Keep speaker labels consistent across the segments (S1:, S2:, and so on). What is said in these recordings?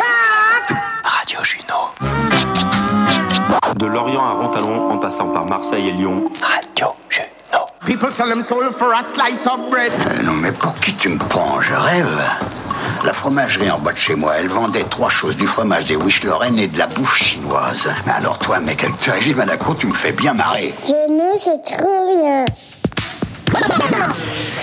S1: attack
S2: Radio Juno.
S3: De Lorient à Rontalon, en passant par Marseille et Lyon,
S2: Radio Juno.
S1: People sell them soul for a slice of bread.
S4: Euh, Non mais pour qui tu me prends Je rêve. La fromagerie en bas de chez moi, elle vendait trois choses, du fromage, des wish Lorraine et de la bouffe chinoise. Mais alors toi, mec, avec tes régimes à la con, tu me fais bien marrer.
S5: Je ne sais trop rien.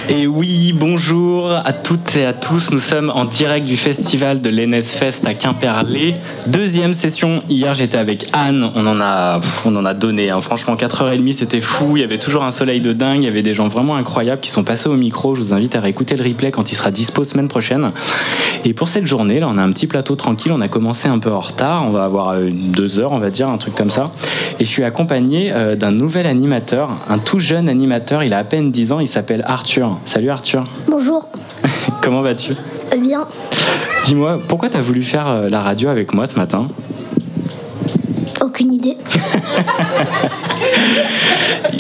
S6: Et oui, bonjour à toutes et à tous. Nous sommes en direct du festival de l'Enes Fest à Quimperlé. Deuxième session. Hier, j'étais avec Anne. On en a, pff, on en a donné. hein. Franchement, 4h30, c'était fou. Il y avait toujours un soleil de dingue. Il y avait des gens vraiment incroyables qui sont passés au micro. Je vous invite à réécouter le replay quand il sera dispo semaine prochaine. Et pour cette journée, là, on a un petit plateau tranquille. On a commencé un peu en retard. On va avoir euh, deux heures, on va dire, un truc comme ça. Et je suis accompagné euh, d'un nouvel animateur, un tout jeune animateur. Il a à peine 10 ans. Il s'appelle Arthur. Salut Arthur.
S5: Bonjour.
S6: Comment vas-tu
S5: Eh bien,
S6: Dis-moi, pourquoi t'as voulu faire euh, la radio avec moi ce matin
S5: aucune idée.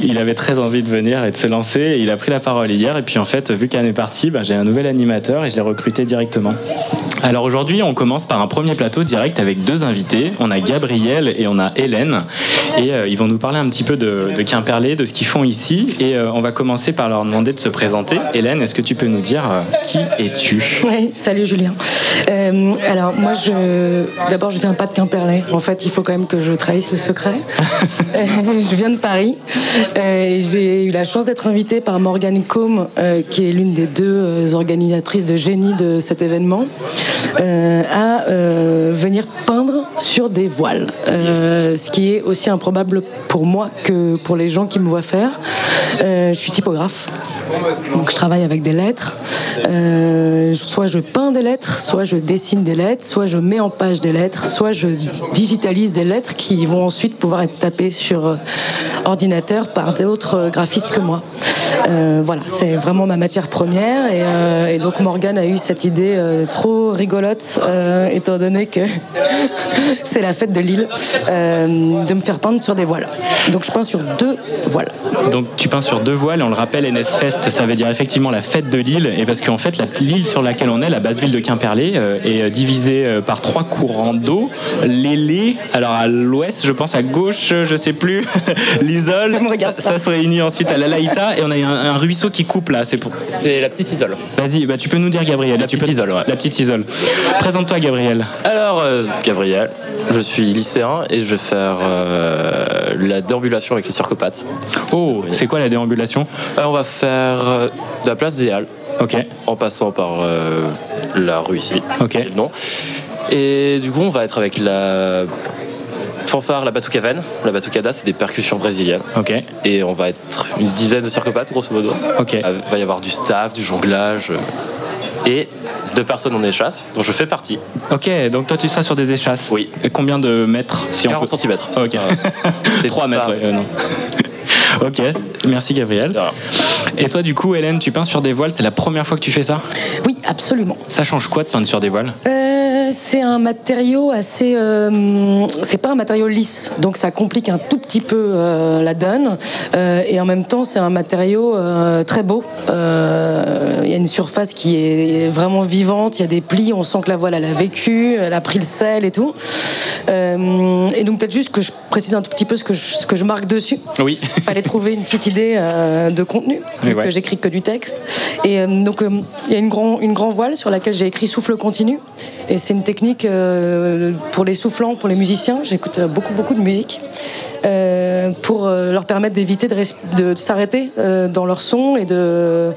S6: Il avait très envie de venir et de se lancer. Et il a pris la parole hier. Et puis en fait, vu qu'Anne est partie, ben, j'ai un nouvel animateur et je l'ai recruté directement. Alors aujourd'hui, on commence par un premier plateau direct avec deux invités. On a Gabriel et on a Hélène. Et euh, ils vont nous parler un petit peu de, de Quimperlé, de ce qu'ils font ici. Et euh, on va commencer par leur demander de se présenter. Hélène, est-ce que tu peux nous dire euh, qui es-tu
S7: Ouais, salut Julien. Euh, alors moi, je d'abord je viens pas de Quimperlé. En fait, il faut quand même que je trahisse le secret. Euh, je viens de Paris. Euh, et J'ai eu la chance d'être invitée par Morgane Combe, euh, qui est l'une des deux euh, organisatrices de génie de cet événement, euh, à euh, venir peindre sur des voiles, Euh, ce qui est aussi improbable pour moi que pour les gens qui me voient faire. Euh, je suis typographe, donc je travaille avec des lettres. Euh, soit je peins des lettres, soit je dessine des lettres, soit je mets en page des lettres, soit je digitalise des lettres qui vont ensuite pouvoir être tapées sur euh, ordinateur par d'autres graphistes que moi. Euh, voilà, c'est vraiment ma matière première et, euh, et donc Morgane a eu cette idée euh, trop rigolote euh, étant donné que c'est la fête de Lille euh, de me faire peindre sur des voiles. Donc je peins sur deux voiles.
S6: Donc tu peins sur deux voiles, on le rappelle, NS Fest, ça veut dire effectivement la fête de l'île, et parce qu'en fait la- l'île sur laquelle on est, la basse ville de Quimperlé, euh, est euh, divisée euh, par trois courants d'eau, l'Élé, alors à l'ouest je pense, à gauche euh, je sais plus, l'Isole,
S7: me regarde
S6: ça, ça se réunit ensuite à la Laïta, et on a un, un ruisseau qui coupe là, c'est pour...
S8: C'est la petite isole.
S6: Vas-y, bah, tu peux nous dire Gabriel, la
S8: petite Isole, ouais.
S6: La petite Isole. Présente-toi Gabriel.
S8: Alors, euh, Gabriel, je suis lycéen et je vais faire euh, la déambulation avec les circopathes.
S6: Oh, c'est quoi la déambulation
S8: Alors, on va faire euh, de la place des Halles,
S6: Ok.
S8: en passant par euh, la rue ici.
S6: Ok.
S8: Et le nom. Et du coup, on va être avec la fanfare, la batucavenne. La batucada, c'est des percussions brésiliennes.
S6: Ok,
S8: Et on va être une dizaine de circopathes, grosso modo.
S6: Ok.
S8: Il va y avoir du staff, du jonglage. euh, Et deux personnes en échasse, dont je fais partie.
S6: ok. Donc toi tu seras sur des échasses.
S8: Oui.
S6: Et combien de mètres si on
S8: 40
S6: peut- Ah,
S8: centimètres.
S6: Ok.
S8: C'est
S6: 3
S8: pas-
S6: mètres, ouais, euh, non. ok, merci Gabriel.
S8: Voilà.
S6: Et toi, du coup, Hélène, tu peins sur des voiles, c'est la première fois que tu fais ça
S7: Oui, absolument.
S6: Ça change quoi de peindre sur des voiles
S7: Euh, c'est un matériau assez. euh, c'est pas un matériau lisse, donc ça complique un tout petit peu euh, la donne. Euh, et en même temps, c'est un matériau euh, très beau. Euh, Il y a une surface qui est vraiment vivante, il y a des plis, on sent que la voile, elle a vécu, elle a pris le sel et tout. Euh, et donc, peut-être juste que je précise un tout petit peu ce que je, ce que je marque dessus.
S6: Oui.
S7: fallait trouver une petite idée euh, de contenu,
S6: Mais
S7: vu
S6: ouais.
S7: que j'écris que du texte. Et euh, donc, euh, il y a une, grand, une grand voile sur laquelle j'ai écrit souffle continu. Et c'est une technique euh, pour les soufflants, pour les musiciens. J'écoute euh, beaucoup, beaucoup de musique. euh, pour euh, leur permettre d'éviter de, res- de, de s'arrêter euh, dans leur son et de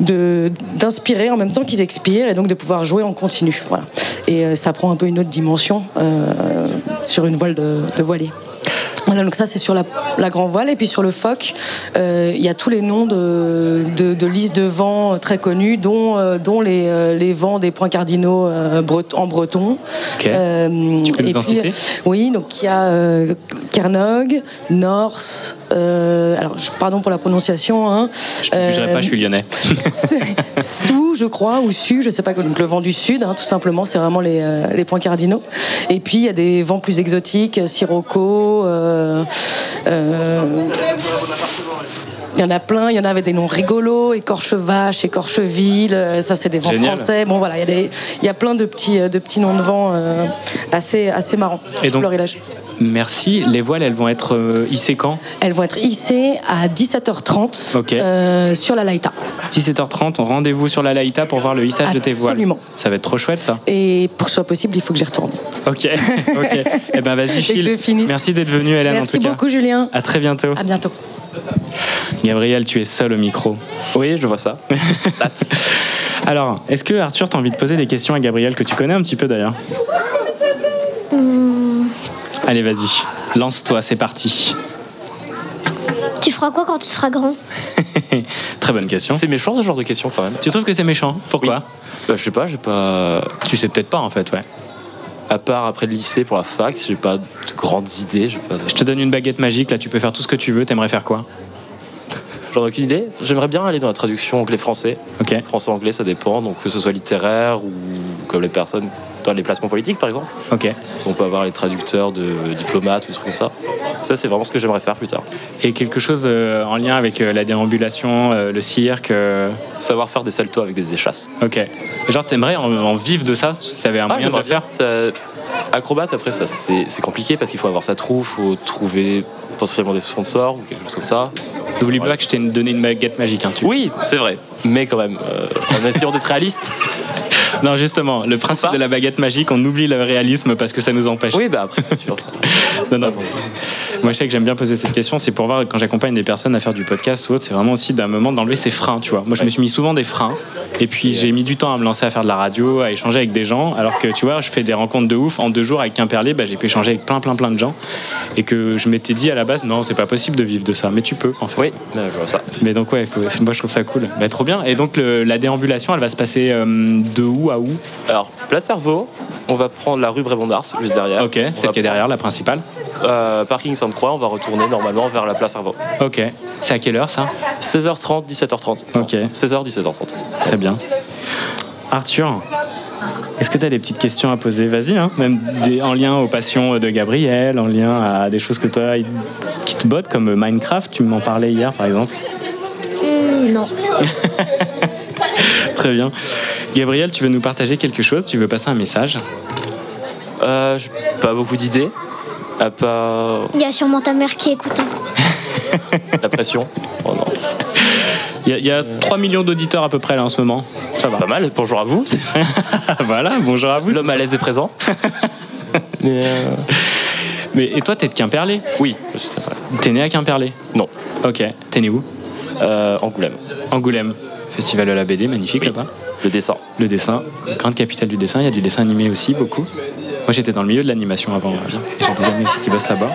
S7: de- d'inspirer en même temps qu'ils expirent et donc de pouvoir jouer en continu. Voilà. Et euh, ça prend un peu une autre dimension euh, sur une voile de, de voilier. Voilà, donc ça c'est sur la, la grand voile et puis sur le phoque, euh, il y a tous les noms de, de, de listes de vents euh, très connus, dont, euh, dont les, euh, les vents des points cardinaux euh, bret- en breton.
S6: Ok.
S7: Euh,
S6: Tu peux nous
S7: et
S6: en
S7: puis,
S6: citer
S7: Oui, donc il y a euh, Kernog, Norse, euh, alors je- pardon pour la prononciation. Hein,
S6: Je ne jugerai pas, je suis lyonnais.
S7: sous, je crois, ou su, je sais pas. Donc le vent du sud, hein, tout simplement, c'est vraiment les, euh, les points cardinaux. Et puis il y a des vents plus exotiques, euh, sirocco. euh, euh, Il y en a plein, il y en a avec des noms rigolos, écorche-vache, écorche-ville, euh, ça c'est des vents
S6: Génial.
S7: français. Bon voilà, il y, a des- il y a plein de petits, euh, de petits noms de vents euh, assez, assez marrants.
S6: Et donc-
S7: Florilège.
S6: Merci. Les voiles, elles vont être euh, hissées quand
S7: Elles vont être hissées à 17h30
S6: Ok.
S7: euh, sur la Laïta.
S6: 17h30, rendez-vous sur la Laïta pour voir le hissage de tes voiles.
S7: Absolument.
S6: Ça va être trop chouette, ça.
S7: Et pour que ce soit possible, il faut que j'y retourne.
S6: Ok, ok. Eh ben vas-y,
S7: Et que
S6: file.
S7: je finisse.
S6: Merci d'être venu, Hélène,
S7: Merci
S6: en tout cas.
S7: beaucoup, Julien.
S6: À très bientôt.
S7: À bientôt.
S6: Gabriel, tu es seul au micro.
S8: Oui, je vois ça.
S6: Alors, est-ce que Arthur, t'as envie de poser des questions à Gabriel que tu connais un petit peu d'ailleurs Allez, vas-y. Lance-toi, c'est parti.
S5: Tu feras quoi quand tu seras grand
S6: Très bonne question.
S8: C'est méchant ce genre de question quand même.
S6: Tu trouves que c'est méchant Pourquoi
S8: Bah, je sais pas, j'ai pas.
S6: Tu sais peut-être pas en fait, ouais.
S8: À part après le lycée pour la fac, j'ai pas de grandes idées. j'ai Pas...
S6: Je te donne une baguette magique, là tu peux faire tout ce que tu veux, t'aimerais faire quoi
S8: J'en ai aucune idée. J'aimerais bien aller dans la traduction anglais-français.
S6: Ok.
S8: Français-anglais, ça dépend. Donc que ce soit littéraire ou comme les personnes dans les placements politiques par exemple.
S6: Ok.
S8: On peut avoir les traducteurs de diplomates ou des trucs comme ça. Ça, c'est vraiment ce que j'aimerais faire plus tard.
S6: Et quelque chose euh, en lien avec euh, la déambulation, euh, le cirque. euh,
S8: Savoir faire des saltos avec des échasses.
S6: Ok. Genre t'aimerais en, en vivre de ça si t'avais un moyen de le
S8: Ah, j'aimerais
S6: faire
S8: bien. Ça... Acrobate, après, ça, c'est c'est compliqué parce qu'il faut avoir sa troupe, faut trouver potentiellement des sponsors ou quelque chose comme ça.
S6: N'oublie pas que je t'ai donné une baguette magique. Hein, tu-
S8: Oui, c'est vrai. Mais quand même, euh, en essayant d'être réaliste.
S6: Non, justement, le principe
S8: Pas
S6: de la baguette magique, on oublie le réalisme parce que ça nous empêche.
S8: Oui, bah après, c'est sûr.
S6: Non, non. Moi, je sais que j'aime bien poser cette question. C'est pour voir quand j'accompagne des personnes à faire du podcast ou autre, c'est vraiment aussi d'un moment d'enlever ses freins, tu vois. Moi, je me suis mis souvent des freins. Et puis, j'ai mis du temps à me lancer à faire de la radio, à échanger avec des gens. Alors que, tu vois, je fais des rencontres de ouf. En deux jours, avec Quimperlé, bah, j'ai pu échanger avec plein, plein, plein de gens. Et que je m'étais dit à la base, non, c'est pas possible de vivre de ça. Mais tu peux, en fait.
S8: Oui, euh, je vois ça.
S6: Mais donc, ouais, faut- moi, je trouve ça cool. Bah, trop bien. Et donc, le- la déambulation, elle va se passer euh, de où à où
S8: Alors, place Cerveau, on va prendre la rue Brébant d'Ars, juste derrière.
S6: Ok,
S8: Ah, On
S6: celle
S8: va
S6: qui est derrière, la principale.
S8: prendre, euh, parking Sainte-Croix, on va retourner normalement vers la place Cerveau.
S6: Ok. C'est à quelle heure ça
S8: 16h30, 17h30.
S6: Ok.
S8: 16h, 17h30.
S6: Très bien. Arthur, est-ce que tu as des petites questions à poser Vas-y, hein, même des- en lien aux passions de Gabriel, en lien à des choses que toi il- qui te bottent comme Minecraft, tu m'en parlais hier par exemple.
S5: Non.
S6: Très bien. Gabriel, tu veux nous partager quelque chose Tu veux passer un message
S8: Euh, j'ai pas beaucoup d'idées, à part
S5: Il y a sûrement ta mère qui écoute. hein.
S8: la pression. Oh non.
S6: Il y a- il y, a 3 millions d'auditeurs à peu près là en ce moment.
S8: Ça va. Pas mal, bonjour à vous.
S6: voilà, bonjour à vous.
S8: Le malaise est présent. Mais euh,
S6: Mais, et toi, t'es de Quimperlé
S8: Oui, je suis ça.
S6: T'es né à Quimperlé
S8: Non,
S6: Ok. T'es né où
S8: euh, Angoulême,
S6: Angoulême. Festival de la BD, magnifique là-bas.
S8: le dessin.
S6: Le dessin, grande capitale du dessin, il y a du dessin animé aussi, beaucoup. Moi j'étais dans le milieu de l'animation avant, euh, j'ai des amis aussi qui bossent là-bas.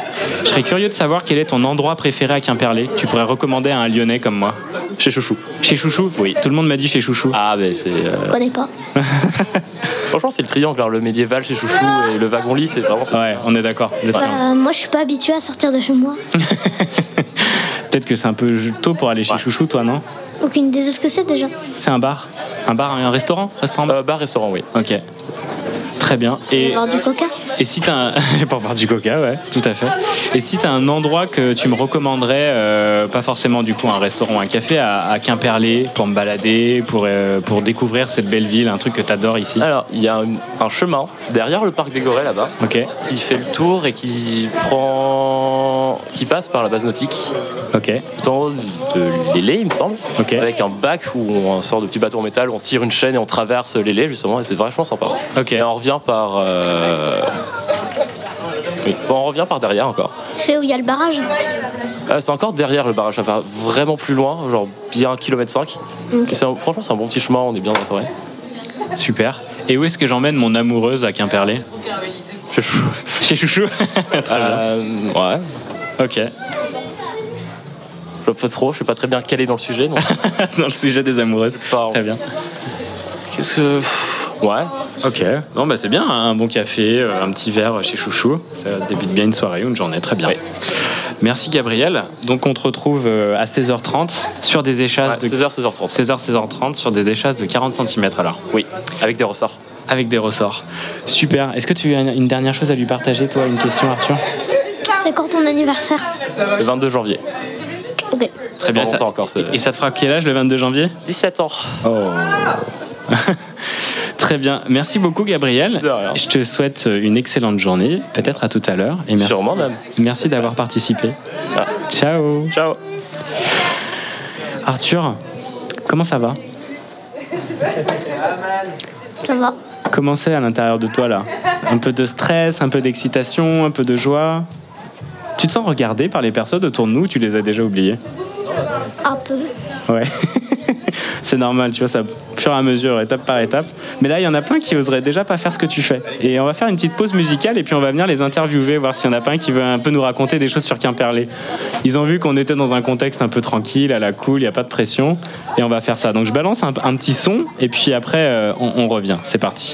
S6: Je serais curieux de savoir quel est ton endroit préféré à Quimperlé, tu pourrais recommander à un lyonnais comme moi.
S8: Chez Chouchou.
S6: Chez Chouchou
S8: Oui.
S6: Tout le monde m'a dit chez Chouchou.
S8: Ah, mais c'est. euh,
S5: Je connais pas.
S8: Franchement, c'est le triangle, hein, le médiéval chez Chouchou et le wagon-lit, c'est vraiment ça.
S6: Ouais, on est d'accord. vous êtes ferme.
S5: Euh, moi, je suis pas habituée à sortir de chez moi.
S6: Peut-être que c'est un peu tôt pour aller chez Chouchou, toi, non
S5: Aucune idée de ce que c'est déjà.
S6: C'est un bar Un bar, un restaurant Restaurant
S8: Euh, bar, restaurant, oui.
S6: Ok. Très bien.
S5: Il
S6: Et,
S5: va y avoir du coca.
S6: et si t'as un... pour boire du coca, ouais, tout à fait. Et si t'as un endroit que tu me recommanderais, euh, pas forcément du coup un restaurant, un café, à, à Quimperlé pour me balader, pour euh, pour découvrir cette belle ville, un truc que t'adores ici.
S8: Alors, il y a un, un chemin derrière le parc des Gorées là-bas
S6: Ok,
S8: qui fait le tour et qui prend. qui passe par la base nautique,
S6: ok,
S8: tout en haut de l'élé, il me semble,
S6: Ok.
S8: avec un bac où on sort de petits bâtons en métal, on tire une chaîne et on traverse l'élé justement, et c'est vachement sympa.
S6: Ok.
S8: Et on revient par. euh, Oui, on revient par derrière encore.
S5: C'est où il y a le barrage.
S8: Ah, c'est encore derrière le barrage, ça va vraiment plus loin, genre bien 1,5 km. Franchement, c'est un bon petit chemin, on est bien dans la forêt.
S6: super. Et où est-ce que j'emmène mon amoureuse à Quimperlé
S8: Je- je-
S6: Chez Chouchou. Très bien.
S8: Euh, ouais,
S6: Ok.
S8: je vois pas trop, je suis pas très bien calé dans le sujet. donc.
S6: Dans le sujet des amoureuses.
S8: Pardon.
S6: Très bien.
S8: Qu'est-ce que. pff, Ouais,
S6: Ok. Non, bah c'est bien, hein, un bon café, euh, un petit verre chez Chouchou. Ça débute bien une soirée ou une journée, très bien.
S8: Oui.
S6: Merci Gabriel. Donc on te retrouve euh, à 16h30 sur des échasses
S8: ouais,
S6: de
S8: 16h, 16h30.
S6: 16h 16h30 sur des échasses de 40 cm alors
S8: Oui, avec des ressorts.
S6: avec des ressorts. Super. Est-ce que tu as une- une dernière chose à lui partager toi, une question Arthur
S5: C'est quand ton anniversaire
S8: Le 22 janvier.
S5: Ok.
S8: très bien longtemps
S6: ça-
S8: encore. c'est-
S6: Et ça te fera quel âge le 22 janvier
S8: 17 ans.
S6: Oh. Très bien. Merci beaucoup, Gabriel.
S8: De rien.
S6: Je te souhaite une excellente journée. Peut-être à tout à l'heure. Et merci,
S8: Sûrement même. Ah.
S6: Merci d'avoir participé. Ciao.
S8: Ciao.
S6: Arthur, comment ça va
S5: Ça va.
S6: Comment c'est à l'intérieur de toi, là Un peu de stress, un peu d'excitation, un peu de joie Tu te sens regardé par les personnes autour de nous ou tu les as déjà oubliées
S5: Un peu.
S6: Ouais. C'est normal, tu vois, ça au fur et à mesure, étape par étape. Mais là, il y en a plein qui oseraient déjà pas faire ce que tu fais. Et on va faire une petite pause musicale et puis on va venir les interviewer, voir s'il y en a pas un qui veut un peu nous raconter des choses sur Quimperlé. Ils ont vu qu'on était dans un contexte un peu tranquille, à la cool, il n'y a pas de pression. Et on va faire ça. Donc je balance un, un petit son et puis après, euh, on- on revient. C'est parti.